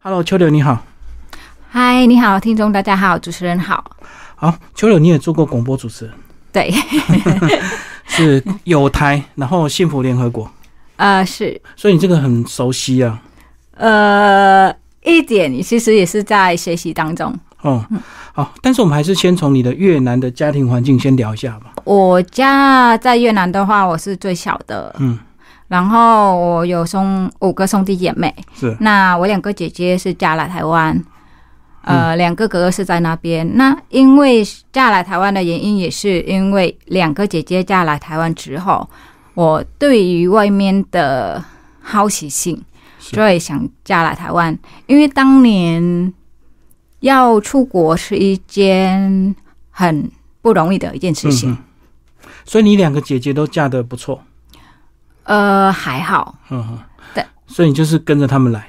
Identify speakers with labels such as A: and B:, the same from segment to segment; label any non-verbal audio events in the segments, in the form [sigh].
A: Hello，秋柳你好，
B: 嗨，你好，听众大家好，主持人好。
A: 好，秋柳你也做过广播主持人，
B: 对， [laughs]
A: 是有台，然后幸福联合国，
B: 呃，是，
A: 所以你这个很熟悉啊。
B: 呃，一点其实也是在学习当中。
A: 哦，
B: 嗯
A: 好，但是我们还是先从你的越南的家庭环境先聊一下吧。
B: 我家在越南的话，我是最小的，
A: 嗯，
B: 然后我有兄五个兄弟姐妹，
A: 是，
B: 那我两个姐姐是嫁来台湾。
A: 嗯
B: 呃，两个哥哥是在那边。那因为嫁来台湾的原因，也是因为两个姐姐嫁来台湾之后，我对于外面的好奇心，
A: 是
B: 所以想嫁来台湾。因为当年要出国是一件很不容易的一件事
A: 嗯
B: 情。
A: 嗯所以你两个姐姐都嫁得不错，
B: 呃，还好，
A: 嗯哼，
B: 对，
A: 所以你就是跟着他们来，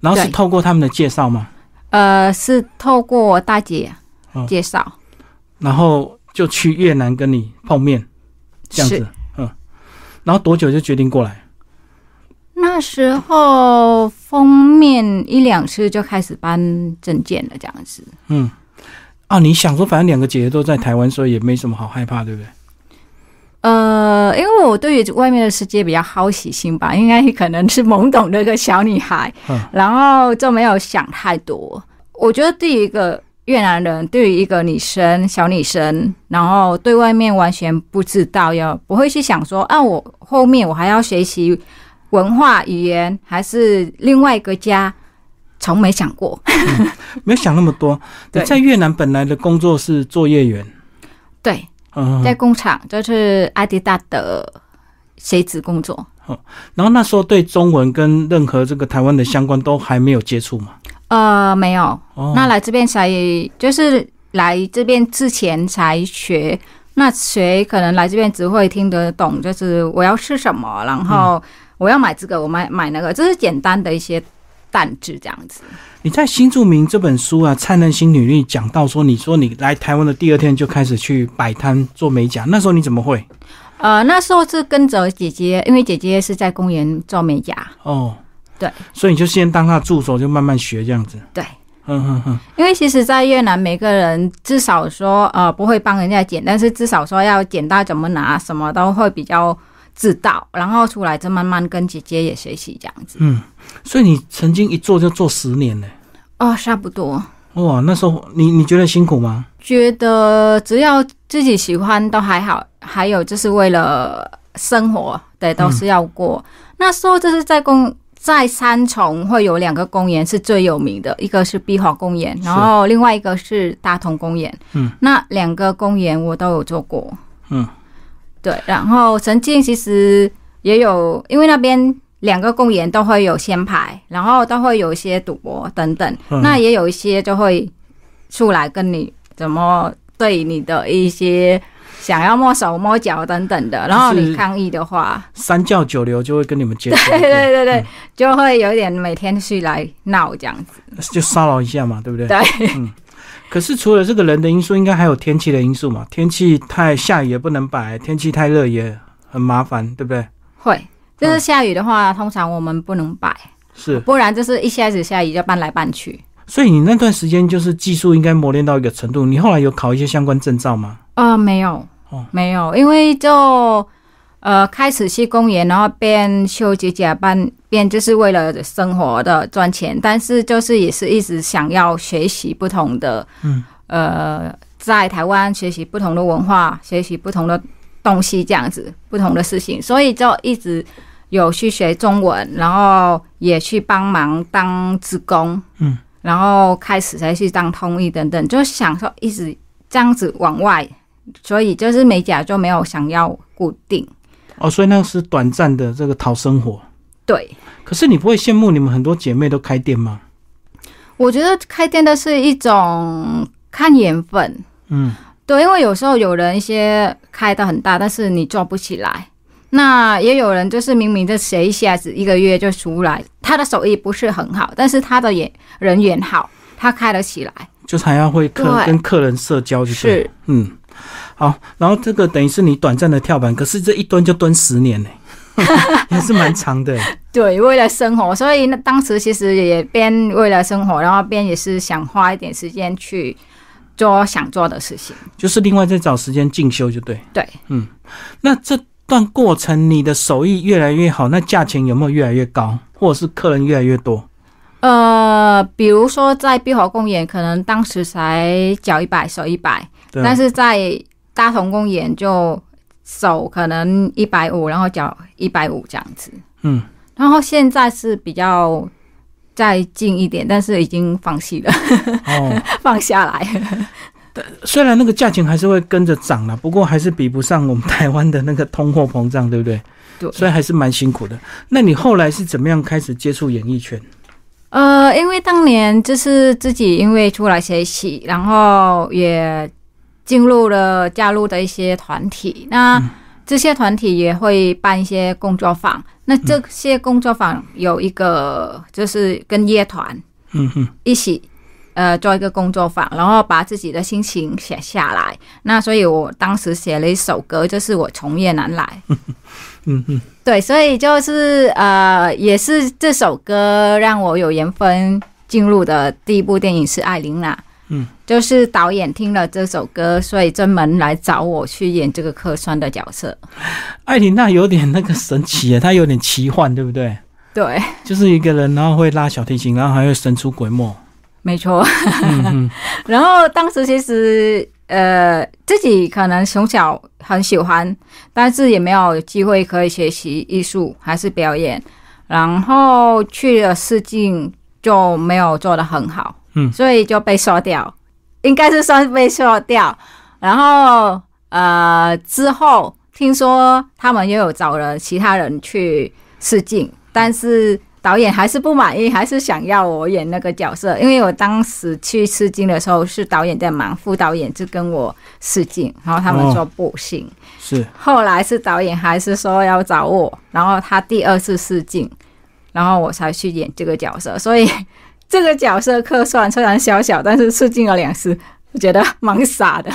A: 然后是
B: 对
A: 透过他们的介绍嘛，
B: 呃，是透过大姐
A: 哦
B: 介绍，
A: 然后就去越南跟你碰面，这样
B: 是
A: 子，嗯，然后多久就决定过来？
B: 那时候封面一两次就开始搬证件了，这样子。
A: 嗯，哦，你想说反正两个姐姐都在台湾，所以也没什么好害怕，对不对？
B: 呃，因为我对于外面的世界比较好奇心吧，应该可能是懵懂的一个小女孩，
A: 嗯
B: 然后就没有想太多。我觉得对于一个越南人，对于一个女生、小女生，然后对外面完全不知道要，不会去想说啊，我后面我还要学习文化、语言，还是另外一个家，从没想过。
A: 没有想那么多。你
B: 对
A: 在越南本来的工作是作业员，
B: 对，
A: 嗯，
B: 在工厂就是阿迪达的鞋子工作。
A: 然后那时候对中文跟任何这个台湾的相关都还没有接触嘛。
B: 呃，没有，
A: 哦，
B: 那来这边才就是来这边之前才学，那学可能来这边只会听得懂，就是我要吃什么，然后我要买这个，我买买那个，这是简单的一些蛋制这样子。
A: 你在《新著名》这本书啊，《灿烂新履历》讲到说，你说你来台湾的第二天就开始去摆摊做美甲，那时候你怎么会？
B: 呃，那时候是跟着姐姐，因为姐姐是在公园做美甲，
A: 哦，
B: 对，
A: 所以你就先当他的助手，就慢慢学这样子。
B: 对。
A: 嗯哼哼，
B: 因为其实，在越南，每个人至少说，呃，不会帮人家剪，但是至少说要剪刀怎么拿，什么都会比较知道，然后出来就慢慢跟姐姐也学习这样子。
A: 嗯，所以你曾经一做就做十年呢、
B: 哦，差不多，
A: 哇，那时候你你觉得辛苦吗？
B: 觉得只要自己喜欢都还好，还有就是为了生活，对，都是要过。那时候就是在公。在三重会有两个公园是最有名的，一个是碧华公园，
A: 是
B: 然后另外一个是大同公园。
A: 嗯，
B: 那两个公园我都有做过。
A: 嗯，
B: 对，然后曾经其实也有，因为那边两个公园都会有仙牌，然后都会有一些赌博等等，
A: 嗯
B: 那也有一些就会出来跟你怎么对你的一些想要摸手摸脚等等的，然后
A: 就是
B: 你抗议的话，
A: 三教九流就会跟你们接触，
B: 对对对对，就会有点每天去来闹这样子。
A: 就骚扰一下嘛，对不对？嗯
B: 对，
A: 可是除了这个人的因素，应该还有天气的因素嘛？天气太下雨也不能摆，天气太热也很麻烦，对不对？
B: 会。就是下雨的话，通常我们不能摆，
A: 是，
B: 不然就是一下子下雨就搬来搬去。
A: 所以你那段时间就是技术应该磨练到一个程度。你后来有考一些相关证照吗？
B: 啊，没有，
A: 哦
B: 没有，因为就呃开始去公园，然后边修指甲边边就是为了生活的赚钱，但是就是也是一直想要学习不同的，
A: 嗯，
B: 呃，在台湾学习不同的文化，学习不同的东西，这样子不同的事情，所以就一直。有去学中文，然后也去帮忙当职工，
A: 嗯，
B: 然后开始再去当通译等等，就想说一直这样子往外所以就是美甲就没有想要固定。
A: 哦，所以那是短暂的这个讨生活。
B: 对，
A: 可是你不会羡慕你们很多姐妹都开店吗？
B: 我觉得开店的是一种看缘分，
A: 嗯，
B: 对，因为有时候有人一些开的很大，但是你做不起来。那也有人就是明明这谁一下子一个月就出来，他的手艺不是很好，但是他的也人缘好，他开得起来。
A: 就是还要会客
B: 对
A: 跟客人社交就对了。
B: 是
A: 嗯，好，然后 [laughs] 这个等于是你短暂的跳板，可是这一蹲就蹲十年呢、也是蛮长的欸、
B: 对，为了生活，所以那当时其实也边为了生活，然后边也是想花一点时间去做想做的事情。
A: 就是另外再找时间进修就对。
B: 对，
A: 嗯，那这段过程你的手艺越来越好，那价钱有没有越来越高，或者是客人越来越多？
B: 呃，比如说在碧华公园，可能当时才脚一百，手一百，
A: 对，啊
B: 但是在大同公园就手可能一百五，然后脚一百五这样子。
A: 嗯，
B: 然后现在是比较再近一点，但是已经放弃了， [laughs]
A: 哦， [laughs]
B: 放下来了。
A: 虽然那个价钱还是会跟着涨啦，不过还是比不上我们台湾的那个通货膨胀，对不对？
B: 对
A: 所以还是蛮辛苦的。那你后来是怎么样开始接触演艺圈？
B: 呃，因为当年就是自己因为出来学习，然后也进入了加入的一些团体，那这些团体也会办一些工作坊。那这些工作坊有一个就是跟乐团
A: 嗯哼，
B: 一起。呃，做一个工作坊，然后把自己的心情写下来。那所以我当时写了一首歌，就是我从越南来，
A: 嗯哼，
B: 对，所以就是呃，也是这首歌让我有缘分进入的第一部电影是《艾琳娜》。
A: 嗯，
B: 就是导演听了这首歌，所以专门来找我去演这个客串的角色。
A: 艾琳娜有点那个神奇耶，她有点奇幻，对不对？
B: 对，
A: 就是一个人，然后会拉小提琴，然后还会神出鬼没。
B: 没错。
A: 嗯哼，
B: [laughs] 然后当时其实呃，自己可能从小很喜欢，但是也没有机会可以学习艺术还是表演。然后去了试镜就没有做得很好，
A: 嗯
B: 所以就被刷掉，应该是算被刷掉。然后呃，之后听说他们又有找了其他人去试镜，但是导演还是不满意，还是想要我演那个角色。因为我当时去试镜的时候是导演在忙，副导演就跟我试镜，然后他们说不行。
A: 是
B: 后来是导演还是说要找我，然后他第二次试镜，然后我才去演这个角色。所以这个角色客串虽然小小，但是试镜了两次，我觉得蛮傻的。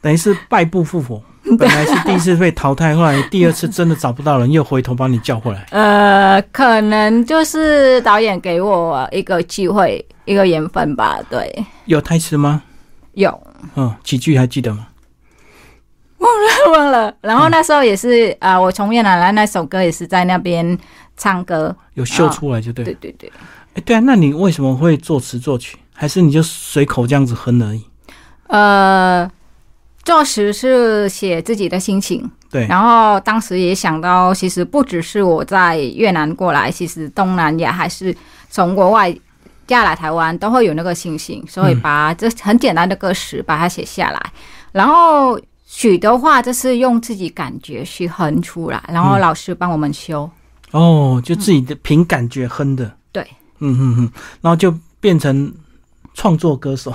A: 等于是败部复
B: [laughs]
A: 活。本来是第一次被淘汰，后来第二次真的找不到人，又回头把你叫回来。
B: 呃，可能就是导演给我一个机会，一个缘分吧。对，
A: 有台词吗？
B: 有。
A: 嗯，几句还记得吗？
B: [laughs] 忘了。然后那时候也是啊、呃我从越南来那首歌也是在那边唱歌。
A: 有秀出来就对。
B: 对对对，
A: 哎、对啊，那你为什么会作词作曲？还是你就随口这样子哼而已？
B: 呃，作词是写自己的心情，
A: 对，嗯
B: 然后嗯哦当时也想到，其实不只是我在越南过来，其实东南亚还是从国外。嫁来台湾都会有那个心情，所以
A: 嗯
B: 把这很简单的歌词把它写下来，然后曲的话就是用自己感觉去哼出来，然后
A: 嗯
B: 老师帮我们修。
A: 哦，就自己的凭感觉哼的。
B: 对，
A: 嗯嗯嗯，然后就变成创作歌
B: [laughs]
A: 手。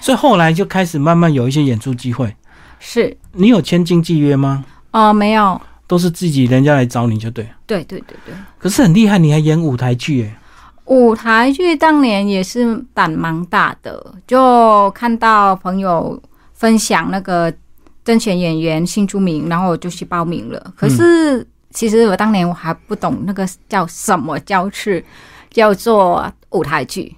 A: 所以后来就开始慢慢有一些演出机会。
B: 是，
A: 你有签经纪约吗？
B: 呃，没有，
A: 都是自己人家来找你就对。
B: 对对对对，
A: 可是很厉害，你还演舞台剧耶。
B: 舞台剧当年也是胆蛮大的，就看到朋友分享那个甄选演员新出名，然后我就去报名了。可是其实我当年我还不懂那个叫什么叫是叫做舞台剧，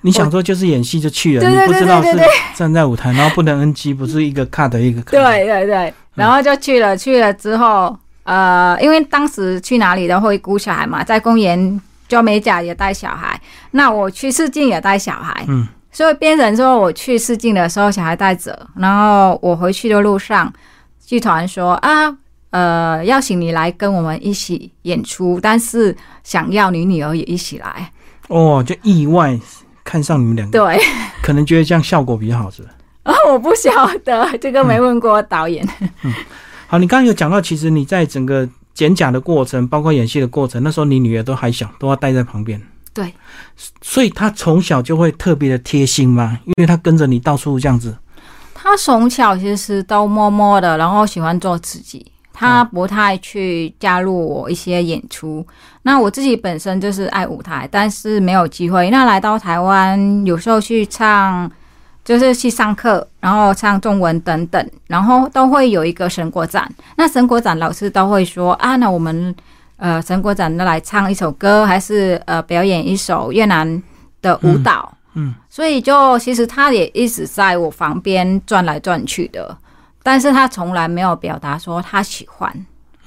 A: 你想说就是演戏就去了，
B: 对
A: 你
B: 对
A: 不知道
B: 对
A: 是
B: 对
A: 站在舞台，然后不能 NG，不是一个 cut 一个 cut。
B: 对对对，然后就去了，去了之后，呃，因为当时去哪里都会顾小孩嘛，在公园做美甲也带小孩，那我去试镜也带小孩，
A: 嗯，
B: 所以变成说我去试镜的时候小孩带着，然后我回去的路上，剧团说啊。呃，邀请你来跟我们一起演出，但是想要你女儿也一起来。
A: 哦，就意外看上你们两个，
B: 对， [laughs]
A: 可能觉得这样效果比较好，是吧？
B: 然后我不晓得这个没问过导演。
A: 好，你刚刚有讲到，其实你在整个剪甲的过程，包括演戏的过程，那时候你女儿都还小，都要待在旁边。
B: 对，
A: 所以她从小就会特别的贴心嘛，因为她跟着你到处这样子。
B: 他从小其实都默默的，然后喜欢做自己，他不太去加入我一些演出。那我自己本身就是爱舞台，但是没有机会。那来到台湾，有时候去唱就是去上课，然后上中文等等，然后都会有一个神国展。那神国展老师都会说啊，那我们呃神国展来唱一首歌，还是呃表演一首越南的舞蹈。
A: 嗯
B: 所以就其实他也一直在我旁边转来转去的，但是他从来没有表达说他喜欢。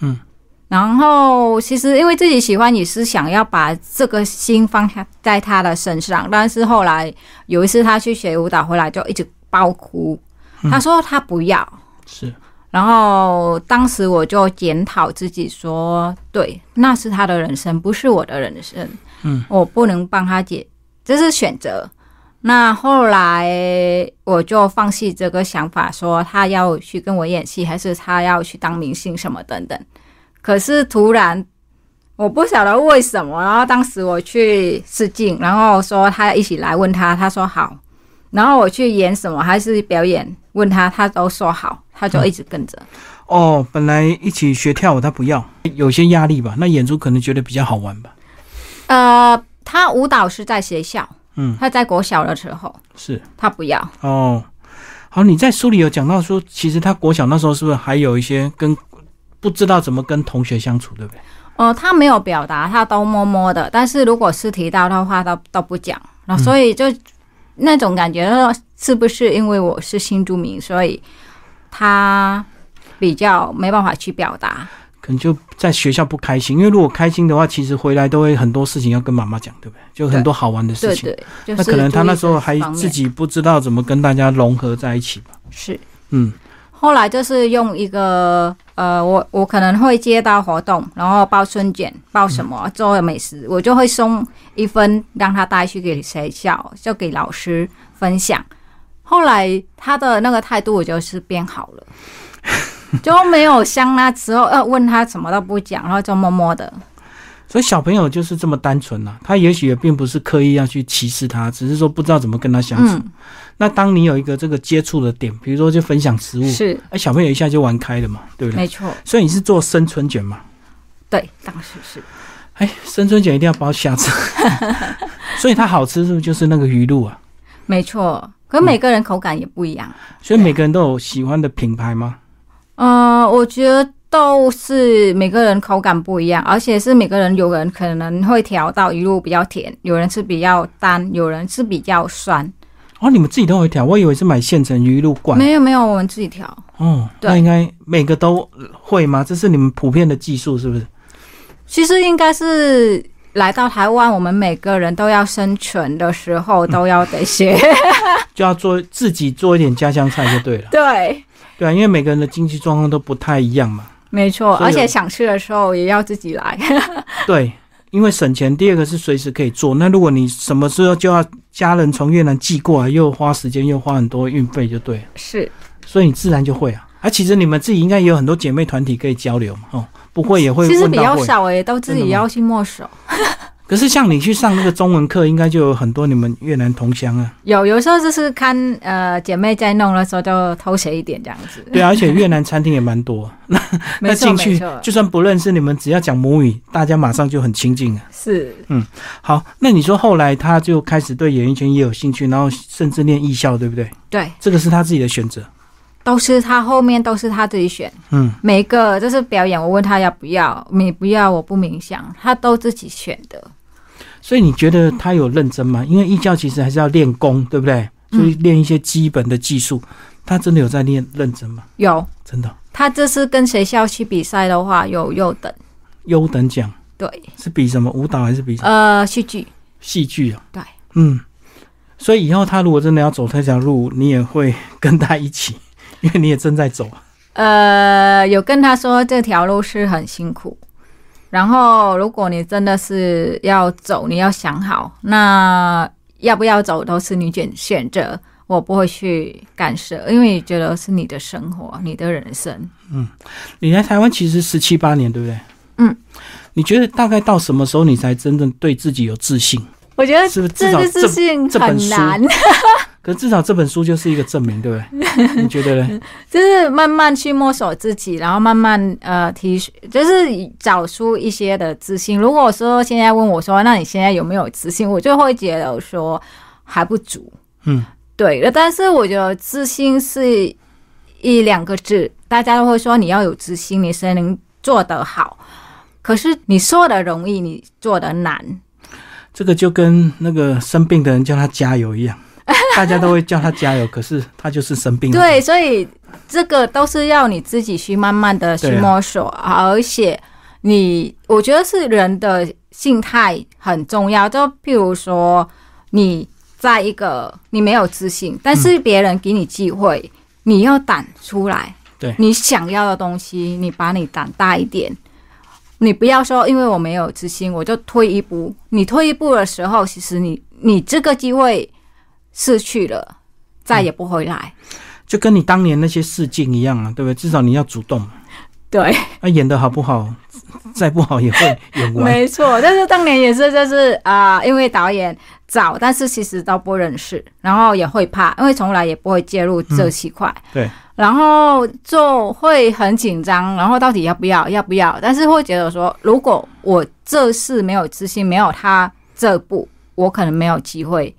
A: 嗯，
B: 然后其实因为自己喜欢，也是想要把这个心放下在他的身上，但是后来有一次他去学舞蹈回来就一直爆哭，
A: 嗯
B: 他说他不要。
A: 是
B: 然后当时我就检讨自己说，对，那是他的人生，不是我的人生。
A: 嗯，
B: 我不能帮他解，这是选择。那后来我就放弃这个想法，说他要去跟我演戏，还是他要去当明星什么等等。可是突然，我不晓得为什么，然后当时我去试镜，然后说他一起来问他，他说好。然后我去演什么还是表演，问他，他都说好，他就一直跟着。
A: 哦，本来一起学跳舞，他不要，有些压力吧？那演出可能觉得比较好玩吧？
B: 呃，他舞蹈是在学校，
A: 嗯，
B: 他在国小的时候，
A: 是
B: 他不要。
A: 哦。好，你在书里有讲到说，其实他国小那时候是不是还有一些跟不知道怎么跟同学相处，对不对？
B: 呃，他没有表达，他都摸摸的。但是如果是提到的话，都都不讲。
A: 嗯
B: 那所以就那种感觉，是不是因为我是新住民，所以他比较没办法去表达？
A: 可能就在学校不开心，因为如果开心的话，其实回来都会很多事情要跟妈妈讲，对不对？就很多好玩的事
B: 对
A: 情。
B: 对，就是
A: 那可能他那时候
B: 注意
A: 还
B: 这方面
A: 自己不知道怎么跟大家融合在一起吧。
B: 是。
A: 嗯，
B: 后来就是用一个呃，我我可能会接到活动，然后包春卷、包什么做美食，我就会送一份让他带去给学校，就给老师分享。后来他的那个态度，我就是变好了， [laughs] 就没有像那时候呃问他什么都不讲，然后就默默的。
A: 所以小朋友就是这么单纯呐、他也许也并不是刻意要去歧视他，只是说不知道怎么跟他相处。
B: 嗯，
A: 那当你有一个这个接触的点，比如说就分享食物，
B: 是
A: 哎，小朋友一下就玩开了嘛，对不对？
B: 没错，
A: 所以你是做生春卷嘛？
B: 对，当时是
A: 哎，生春卷一定要包虾
B: [laughs]
A: 子，所以它好吃是不是就是那个鱼露啊？
B: 没错。可每个人口感也不一样。
A: 所以每个人都有喜欢的品牌吗？
B: 呃，我觉得都是每个人口感不一样，而且是每个人有人可能会调到一路比较甜，有人是比较淡，有人是比较酸。
A: 哦，你们自己都会调，我以为是买现成鱼露罐。
B: 没有没有，我们自己调。
A: 哦，
B: 对
A: 那应该每个都会吗？这是你们普遍的技术是不是？
B: 其实应该是来到台湾，我们每个人都要生存的时候都要得
A: [laughs]
B: 学。
A: 就要做自己做一点家乡菜就对了。
B: 对，
A: 对啊，因为每个人的经济状况都不太一样嘛。
B: 没错，
A: 所以
B: 而
A: 有
B: 且想吃的时候也要自己
A: [laughs]
B: 来。
A: 对，因为省钱，第二个是随时可以做。那如果你什么时候就要家人从越南寄过来，又花时间又花很多运费，就对了。
B: 是，
A: 所以你自然就会啊。啊，其实你们自己应该也有很多姐妹团体可以交流嘛。哦，不会也会
B: 其实
A: 问
B: 比
A: 到
B: 较
A: 会。
B: 少诶，都自
A: 真
B: 己
A: 的吗
B: 要去摸手。
A: 可是像你去上那个中文课，应该就有很多你们越南同乡
B: [laughs]
A: 啊。
B: 有有时候就是看呃姐妹在弄的时候就偷学一点这样子。
A: 对啊，而且越南餐厅也蛮多、啊。那
B: [laughs] 没错
A: 进
B: 没
A: 去
B: 错，
A: 就算不认识你们，只要讲母语，大家马上就很亲近啊。
B: 是
A: 好，那你说后来他就开始对演艺圈也有兴趣，然后甚至念艺校，对不对？
B: 对，
A: 这个是他自己的选择。
B: 都是他后面都是他自己选，
A: 嗯，
B: 每一个就是表演，我问他要不要，你不要我不冥想，他都自己选的。
A: 所以你觉得他有认真吗？因为艺校其实还是要练功，对不对？
B: 嗯
A: 所以练一些基本的技术，他真的有在练认真吗？
B: 有
A: 真的，
B: 他这次跟学校去比赛的话，有优等，
A: 优等奖
B: 对，
A: 是比什么舞蹈还是比什么
B: 呃，戏剧
A: 戏剧啊？
B: 对，
A: 嗯。所以以后他如果真的要走这条路，你也会跟他一起， [laughs] 因为你也正在走啊。
B: 呃，有跟他说这条路是很辛苦，然后如果你真的是要走，你要想好，那要不要走都是你选选择，我不会去干涉，因为觉得是你的生活，你的人生。
A: 你来台湾其实十七八年，对不对？
B: 嗯。
A: 你觉得大概到什么时候你才真正对自己有自信？
B: 我觉得
A: 是不是至
B: 这
A: 少
B: 个
A: 这
B: 自信
A: 这本
B: 很
A: 书
B: 难， [laughs]
A: 可至少这本书就是一个证明，对不
B: [laughs]
A: 对？你觉得呢？
B: 就是慢慢去摸索自己，然后慢慢呃提，就是找出一些的自信。如果说现在问我说，那你现在有没有自信？我就会觉得说还不足。
A: 嗯，
B: 对的，但是我觉得自信是一两个字，大家都会说你要有自信，你才能做得好。可是你说的容易，你做的难。
A: 这个就跟那个生病的人叫他加油一
B: [laughs]
A: 样，大家都会叫他加油，可是他就是生病了。啊
B: 对，所以这个都是要你自己去慢慢的去
A: 对啊
B: 摸索，而且你，我觉得是人的心态很重要。就譬如说，你在一个你没有自信，但是别人给你机会，你要胆出来，
A: 嗯对
B: 你想要的东西，你把你胆大一点。你不要说，因为我没有自信，我就退一步。你退一步的时候，其实你你这个机会失去了，再也不回来。
A: 就跟你当年那些试镜一样啊，对不对？至少你要主动嘛，
B: 对，
A: 啊，演的好不好，再不好也会演完。
B: 没错，但是当年也是，就是啊、因为导演找，但是其实都不认识，然后也会怕，因为从来也不会介入这七块、
A: 嗯对，
B: 然后就会很紧张，然后到底要不要，要不要？但是会觉得说，如果我这次没有自信，没有他这步，我可能没有机会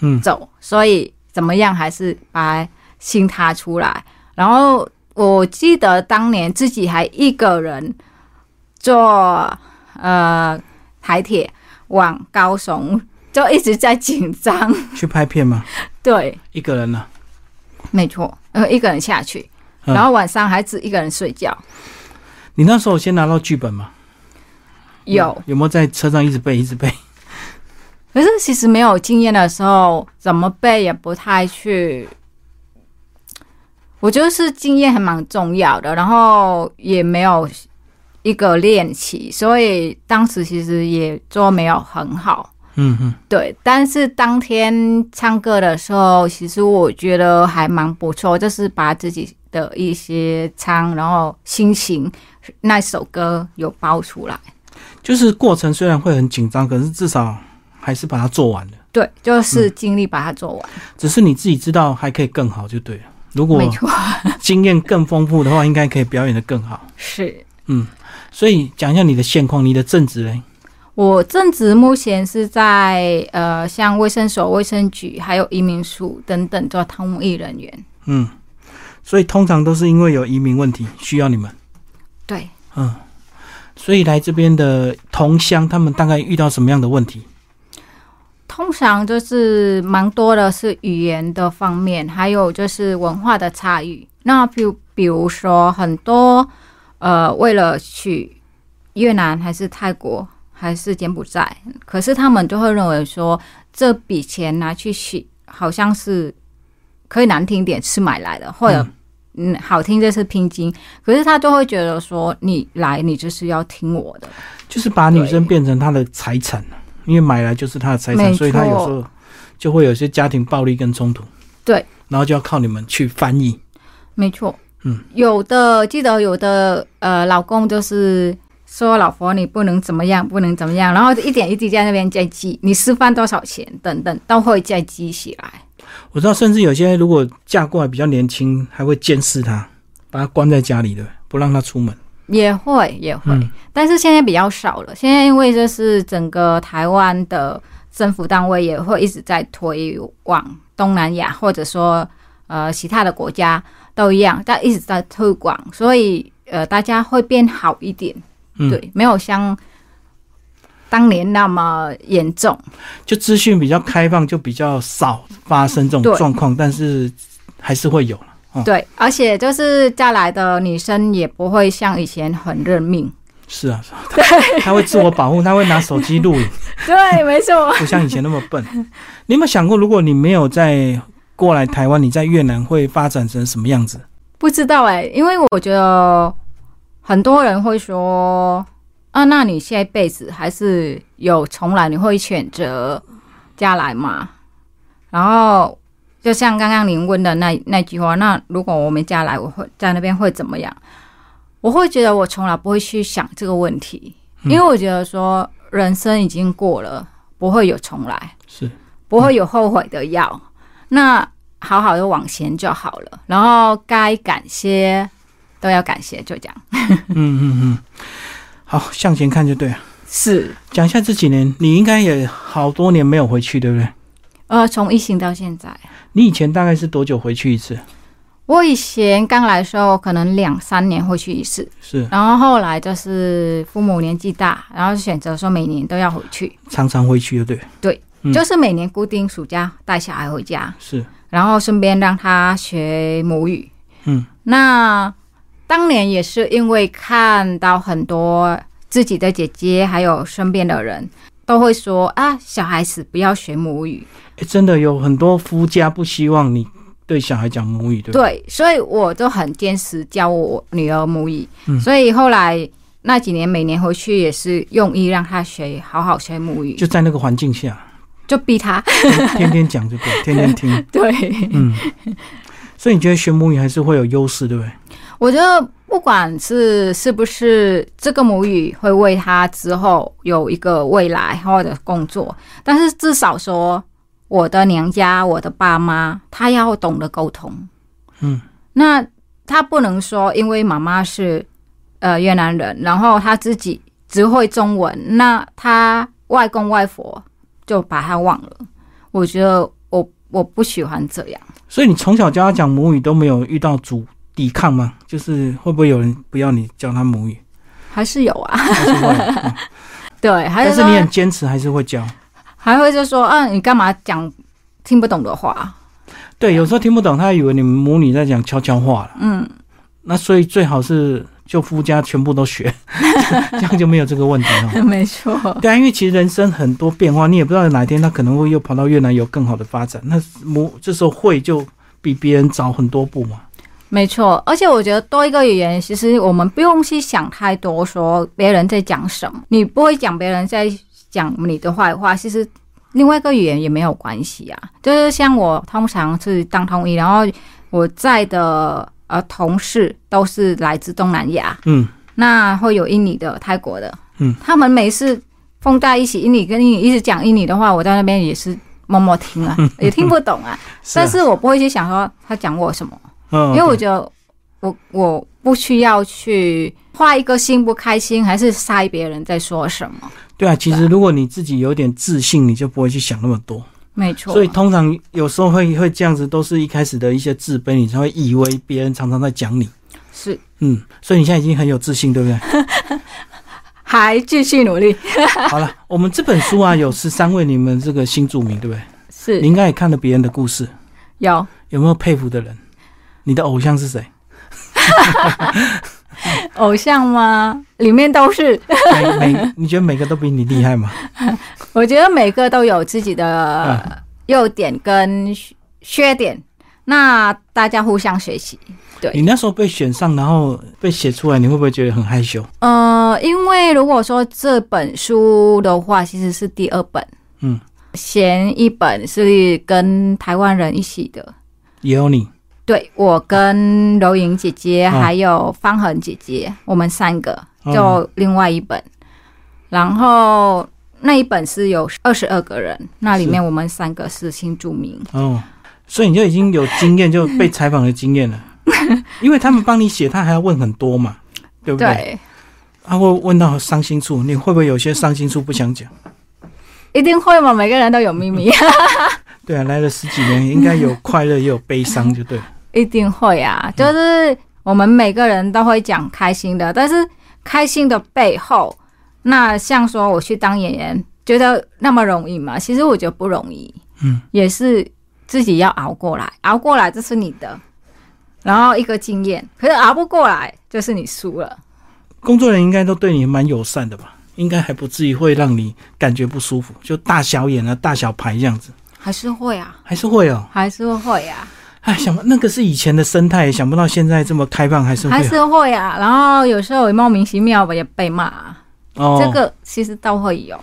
A: 嗯
B: 走，所以怎么样还是把心塌出来。然后我记得当年自己还一个人坐呃台铁往高雄，就一直在紧张。 [laughs]
A: 去拍片嘛，
B: 对，
A: 一个人呢、
B: 没错，呃，一个人下去，
A: 嗯
B: 然后晚上还只一个人睡觉。
A: 你那时候先拿到剧本嘛？
B: 有，
A: 有没有在车上一直背一直背？ [laughs]
B: 可是其实没有经验的时候，怎么背也不太去。我觉得是经验还蛮重要的，然后也没有一个练习，所以当时其实也做没有很好。
A: 嗯嗯，
B: 对，但是当天唱歌的时候，其实我觉得还蛮不错，就是把自己的一些唱，然后心情那首歌有爆出来。
A: 就是过程虽然会很紧张，可是至少还是把它做完了。
B: 对，就是尽力把它做完，
A: 只是你自己知道还可以更好就对了。如果
B: 没错，
A: 经验更丰富的话，应该可以表演的更好。
B: 是。
A: 所以讲一下你的现况，你的正职嘞？
B: 我正职目前是在呃，像卫生所、卫生局还有移民署等等做通译人员。
A: 嗯，所以通常都是因为有移民问题需要你们，
B: 对，
A: 嗯，所以来这边的同乡他们大概遇到什么样的问题？
B: 通常就是蛮多的是语言的方面，还有就是文化的差异。那比如比如说很多呃，为了去越南还是泰国还是柬埔寨，可是他们就会认为呃说这笔钱拿去洗，好像是可以难听点是买来的，或者嗯好听就是拼金，可是他就会觉得说你来你就是要听我的，
A: 就是把女生变成他的财产，因为买来就是他的财产，
B: 没错
A: 所以他有时候就会有些家庭暴力跟冲突。
B: 对，
A: 然后就要靠你们去翻译。
B: 没错，
A: 嗯，
B: 有的记得有的呃，老公就是说老婆你不能怎么样，不能怎么样，然后一点一滴在那边再记，你吃饭多少钱等等，都会再记起来。
A: 我知道，甚至有些如果嫁过来比较年轻，还会监视他，把他关在家里的，不让他出门。
B: 也会也会，
A: 嗯
B: 但是现在比较少了。现在因为就是整个台湾的政府单位也会一直在推往东南亚，或者说呃其他的国家都一样，但一直在推广，所以呃大家会变好一点。
A: 嗯，，
B: 对，没有像当年那么严重。
A: 就资讯比较开放，就比较少发生这种
B: 对
A: 状况，但是还是会有啦
B: 对，而且就是嫁来的女生也不会像以前很认命。
A: 是啊，是啊他他会自我保护，他会拿手机录影，
B: [laughs] 对，没错。
A: [laughs] 不像以前那么笨。你有没有想过，如果你没有在过来台湾，你在越南会发展成什么样子？
B: 不知道哎、因为我觉得很多人会说啊，那你下一辈子还是有重来，你会选择嫁来吗？然后就像刚刚您问的那那句话，那如果我没嫁来，我会在那边会怎么样？我会觉得我从来不会去想这个问题，因为我觉得说人生已经过了，不会有重来。
A: 是
B: 不会有后悔的药。那好好的往前就好了，然后该感谢都要感谢，就这样。
A: 嗯嗯嗯，好，向前看就对了。
B: 是，
A: 讲一下这几年，你应该也好多年没有回去，对不对？
B: 呃，从疫情到现在，
A: 你以前大概是多久回去一次？
B: 我以前刚来的时候，可能两三年会去一次，
A: 是
B: 然后后来就是父母年纪大，然后选择说每年都要回去，
A: 常常回去，对不对？嗯
B: 就是每年固定暑假带小孩回家，
A: 是，
B: 然后顺便让他学母语。
A: 嗯，
B: 那当年也是因为看到很多自己的姐姐还有身边的人都会说啊，小孩子不要学母语，
A: 诶真的有很多夫家不希望你对小孩讲母语，对不对？
B: 对，所以我就很坚持教我女儿母语，
A: 嗯
B: 所以后来那几年每年回去也是用意让她学好好学母语，就
A: 就在那个环境下，
B: 就逼她。 [laughs]
A: 天天讲就对，天天听，
B: 对，
A: 嗯。所以你觉得学母语还是会有优势，对不对？
B: 我觉得不管是是不是这个母语会为她之后有一个未来或者工作，但是至少说我的娘家我的爸妈，她要懂得沟通。
A: 嗯，
B: 那她不能说因为妈妈是呃越南人，然后她自己只会中文，那她外公外婆就把她忘了。我觉得我我不喜欢这样。
A: 所以你从小教他讲母语都没有遇到阻抵抗吗？就是会不会有人不要你教他母语？ [laughs]
B: 还是有啊，
A: 还是会，嗯
B: 对，还
A: 但
B: 是
A: 是你
B: 说
A: 很坚持，还是会教。
B: 还会就说，啊，你干嘛讲听不懂的话？
A: 对，有时候听不懂，他还以为你们母女在讲悄悄话了。
B: 嗯， [laughs]
A: 那所以最好是就夫家全部都学， [laughs] 这样就没有这个问题了。
B: 没错，
A: 对啊，因为其实人生很多变化，你也不知道哪一天他可能会又跑到越南有更好的发展。那母这时候会就比别人早很多步嘛。
B: 没错。而且我觉得多一个语言，其实我们不用去想太多，说别人在讲什么，你不会讲别人在讲你的坏话，其实。另外一个语言也没有关系啊，就是像我通常是当通译，然后我在的呃同事都是来自东南亚，
A: 嗯，
B: 那会有印尼的、泰国的，
A: 嗯，
B: 他们每次碰在一起，印尼跟印尼一直讲印尼的话，我在那边也是默默听啊，也听不懂
A: [laughs]
B: 啊，
A: 嗯啊
B: 但是我不会去想说他讲我什么，
A: 嗯，
B: 因为我
A: 对
B: 觉得我我不需要去画一个心不开心，还是猜别人在说什么，
A: 对啊，其实如果你自己有点自信，你就不会去想那么多。
B: 没错，
A: 所以通常有时候会会这样子，都是一开始的一些自卑，你才会以为别人常常在讲你。
B: 是
A: 嗯，所以你现在已经很有自信，
B: [laughs]
A: 对不对？
B: 还继续努力，
A: 好了，我们这本书啊，有十三位你们这个新著名，对不对？你
B: 是
A: 应该也看了别人的故事，
B: 有
A: 有没有佩服的人？你的偶像是
B: [laughs]
A: 谁？
B: 偶像吗？里面都是，
A: 每每你觉得每个都比你厉害吗？
B: 我觉得每个都有自己的
A: 嗯，
B: 优点跟缺缺点，那大家互相学习。对
A: 你那时候被选上，然后被写出来，你会不会觉得很害羞？
B: 呃，因为如果说这本书的话，其实是第二本，
A: 嗯，
B: 前一本是跟台湾人一起的，
A: 也有你，
B: 对我跟柔莹姐姐
A: 啊
B: 还有方恒姐姐，我们三个
A: 嗯
B: 就另外一本，然后那一本是有二十二个人，那里面我们三个是新著名，
A: 哦，所以你就已经有经验，就被采访的经验了，因为他们帮你写，他还要问很多嘛，对不对？
B: 对，
A: 他会问到伤心处，你会不会有些伤心处不想讲？
B: 一定会嘛，每个人都有秘密。 [laughs]
A: 对啊，来了十几年，应该有快乐也有悲伤，就对了。
B: 一定会啊，就是我们每个人都会讲开心的，但是开心的背后，那像说我去当演员，觉得那么容易吗？其实我觉得不容易，
A: 嗯，
B: 也是自己要熬过来，熬过来这是你的，然后一个经验，可是熬不过来就是你输了。
A: 工作人员应该都对你蛮友善的吧？应该还不至于会让你感觉不舒服，就大小眼啊、大小牌这样子，
B: 还是会啊，
A: 还是会哦。
B: 还是会啊，
A: 哎，想不那个是以前的生态，想不到现在这么开放，还是会哦
B: 还
A: 有
B: 是会啊。然后有时候也莫名其妙吧，也被骂啊、
A: 哦。
B: 这个其实都会有。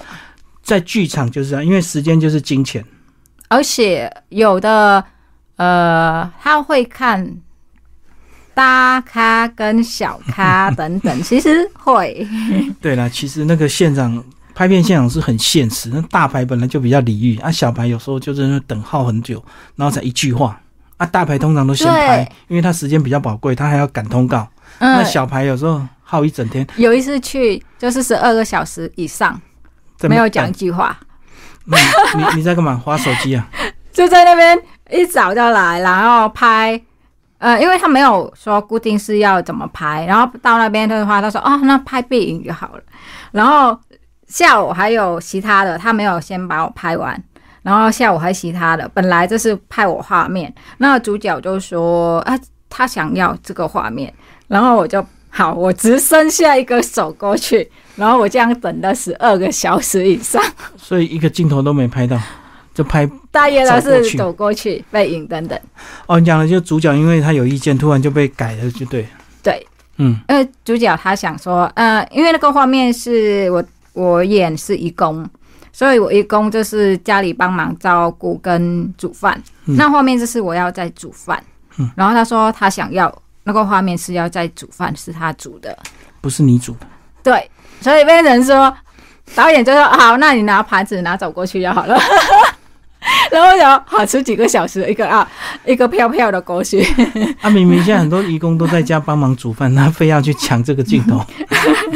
A: 在剧场就是这样，因为时间就是金钱。
B: 而且有的呃，他会看大咖跟小咖等等，其实会
A: 对啦，其实那个现场拍片现场是很现实，那大牌本来就比较礼遇，啊，小牌有时候就是那等耗很久，然后才一句话。啊，大牌通常都先拍
B: 对，
A: 因为他时间比较宝贵，他还要赶通告。 [laughs] 那
B: 嗯，
A: 小牌有时候耗一整天，
B: 有一次去就是十二个小时以上，
A: 在那
B: 没有
A: 边
B: 讲一
A: 等。
B: 句话，
A: 嗯你你在干嘛？划手机啊？
B: 就在那边一早就来，然后拍，呃，因为他没有说固定是要怎么拍，然后到那边的话，他说哦，那拍背影就好了。然后下午还有其他的，他没有先把我拍完，然后下午还其他的，本来这是拍我画面，那主角就说啊，他想要这个画面，然后我就好，我只剩下一个手过去，然后我这样等了十二个小时以上。
A: 所以一个镜头都没拍到，就拍
B: 大约都
A: 走过去
B: 是走过去、背影等等。
A: 哦，你讲的就主角因为他有意见，突然就被改了，就对，
B: 对，
A: 嗯，
B: 因为呃主角他想说，呃，因为那个画面是我我演是义工，所以我义工就是家里帮忙照顾跟煮饭，
A: 嗯
B: 那画面就是我要在煮饭。
A: 嗯
B: 然后他说他想要那个画面是要在煮饭，是他煮的。
A: 不是你主的，
B: 对，所以变成说，导演就说好，那你拿盘子拿走过去就好了。 [laughs] 然后我想好吃几个小时，一个啊，一个飘飘的过去。
A: 啊，明明现在很多义工都在家帮忙煮饭，他非要去抢这个镜
B: [laughs]
A: 头，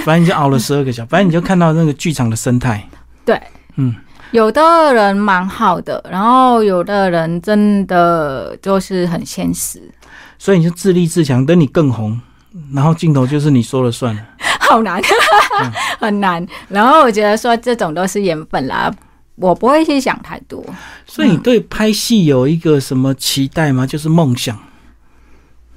A: 反正你就熬了十二个小时，反正你就看到那个剧场的生态，
B: 对，
A: 嗯，
B: 有的人蛮好的，然后有的人真的就是很现实，
A: 所以你就自立自强，等你更红，然后镜头就是你说了算了。
B: [laughs] 好难， [laughs] 很难。然后我觉得说这种都是缘分啦，我不会去想太多。
A: 所以你对拍戏有一个什么期待吗？就是梦想。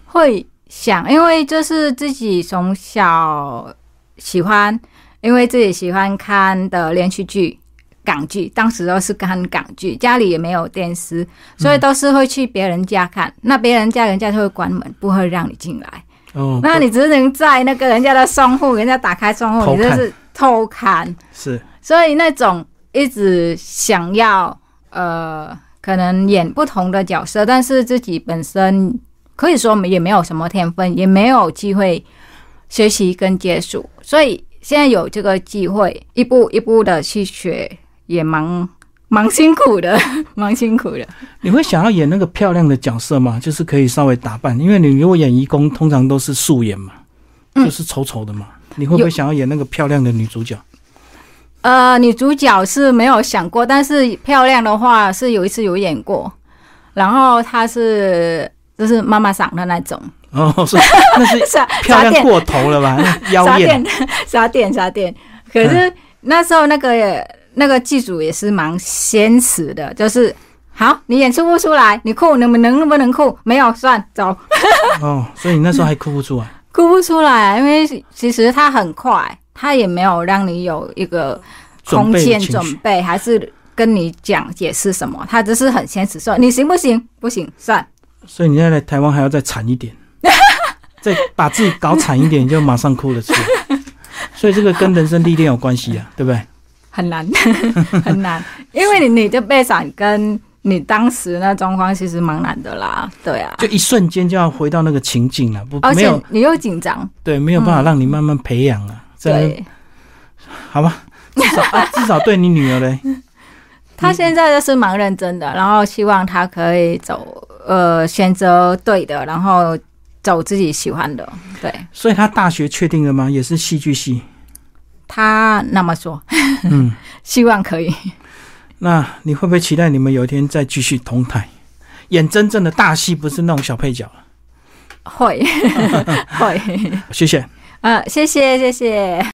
B: 会想，因为就是自己从小喜欢，因为自己喜欢看的连续剧、港剧，当时都是看港剧，家里也没有电视，所以都是会去别人家看。那别人家人家就会关门，不会让你进来。
A: 哦，
B: 那你只能在那个人家的窗户，人家打开窗户，
A: 偷
B: 你
A: 看
B: 就是偷看。
A: 是
B: 所以那种一直想要呃，可能演不同的角色，但是自己本身可以说也没有什么天分，也没有机会学习跟接触，所以现在有这个机会，一步一步的去学，也蛮蛮辛苦的， [laughs] 蛮辛苦的。
A: 你会想要演那个漂亮的角色吗？就是可以稍微打扮，因为你如果演义工，通常都是素颜嘛，
B: 嗯
A: 就是丑丑的嘛。你会不会
B: 有
A: 想要演那个漂亮的女主角？
B: 呃，女主角是没有想过，但是漂亮的话是有一次有演过，然后她是就是妈妈嗓的
A: [laughs]
B: 那种，
A: 哦，
B: [laughs]
A: 是那是
B: 傻
A: 漂
B: 傻
A: 亮
B: 点
A: 过头了
B: [laughs]
A: 吧？那妖
B: 傻
A: 艳
B: 点 [laughs] 傻点傻点。可是那时候那个那个剧组也是蛮先持的，就是好，你演出不出来，你哭能不能能不能哭？没有，算走，
A: 哦，所以你那时候还哭不
B: [laughs]
A: 出来。
B: 哭不出来，因为其实他很快，他也没有让你有一个
A: 准
B: 空
A: 备
B: 间
A: 的情
B: 准
A: 绪，
B: 备，还是跟你讲解释什么，他只是很先持说你行不行？不行，算。
A: 所以你现在来台湾还要再惨一
B: [laughs]
A: 点，再把自己搞惨一点，你就马上哭了出来。所以这个跟人生历练有关系
B: 嗯
A: 啊，对不对？
B: 很难， [laughs] 很难，因为你你的背伞跟你当时那状况其实蛮难的啦，对啊，
A: 就一瞬间就要回到那个情境了，不
B: 而
A: 没
B: 且
A: 有
B: 你又紧张，
A: 对，没有办法让你慢慢培养啊，真的
B: 嗯对
A: 好吧？至少、啊、
B: [laughs]
A: 至少对你女儿嘞，
B: 嗯他现在就是蛮认真的，然后希望他可以走呃选择对的，然后走自己喜欢的，对
A: 所以她大学确定了吗？也是戏剧系，
B: 他那么说，
A: 嗯，
B: [laughs] 希望可以，
A: 那你会不会期待你们有一天再继续同台，演真正的大戏，不是那种小配角？
B: 会 [laughs] 会，
A: 谢谢。
B: [laughs] 呃，谢谢谢谢。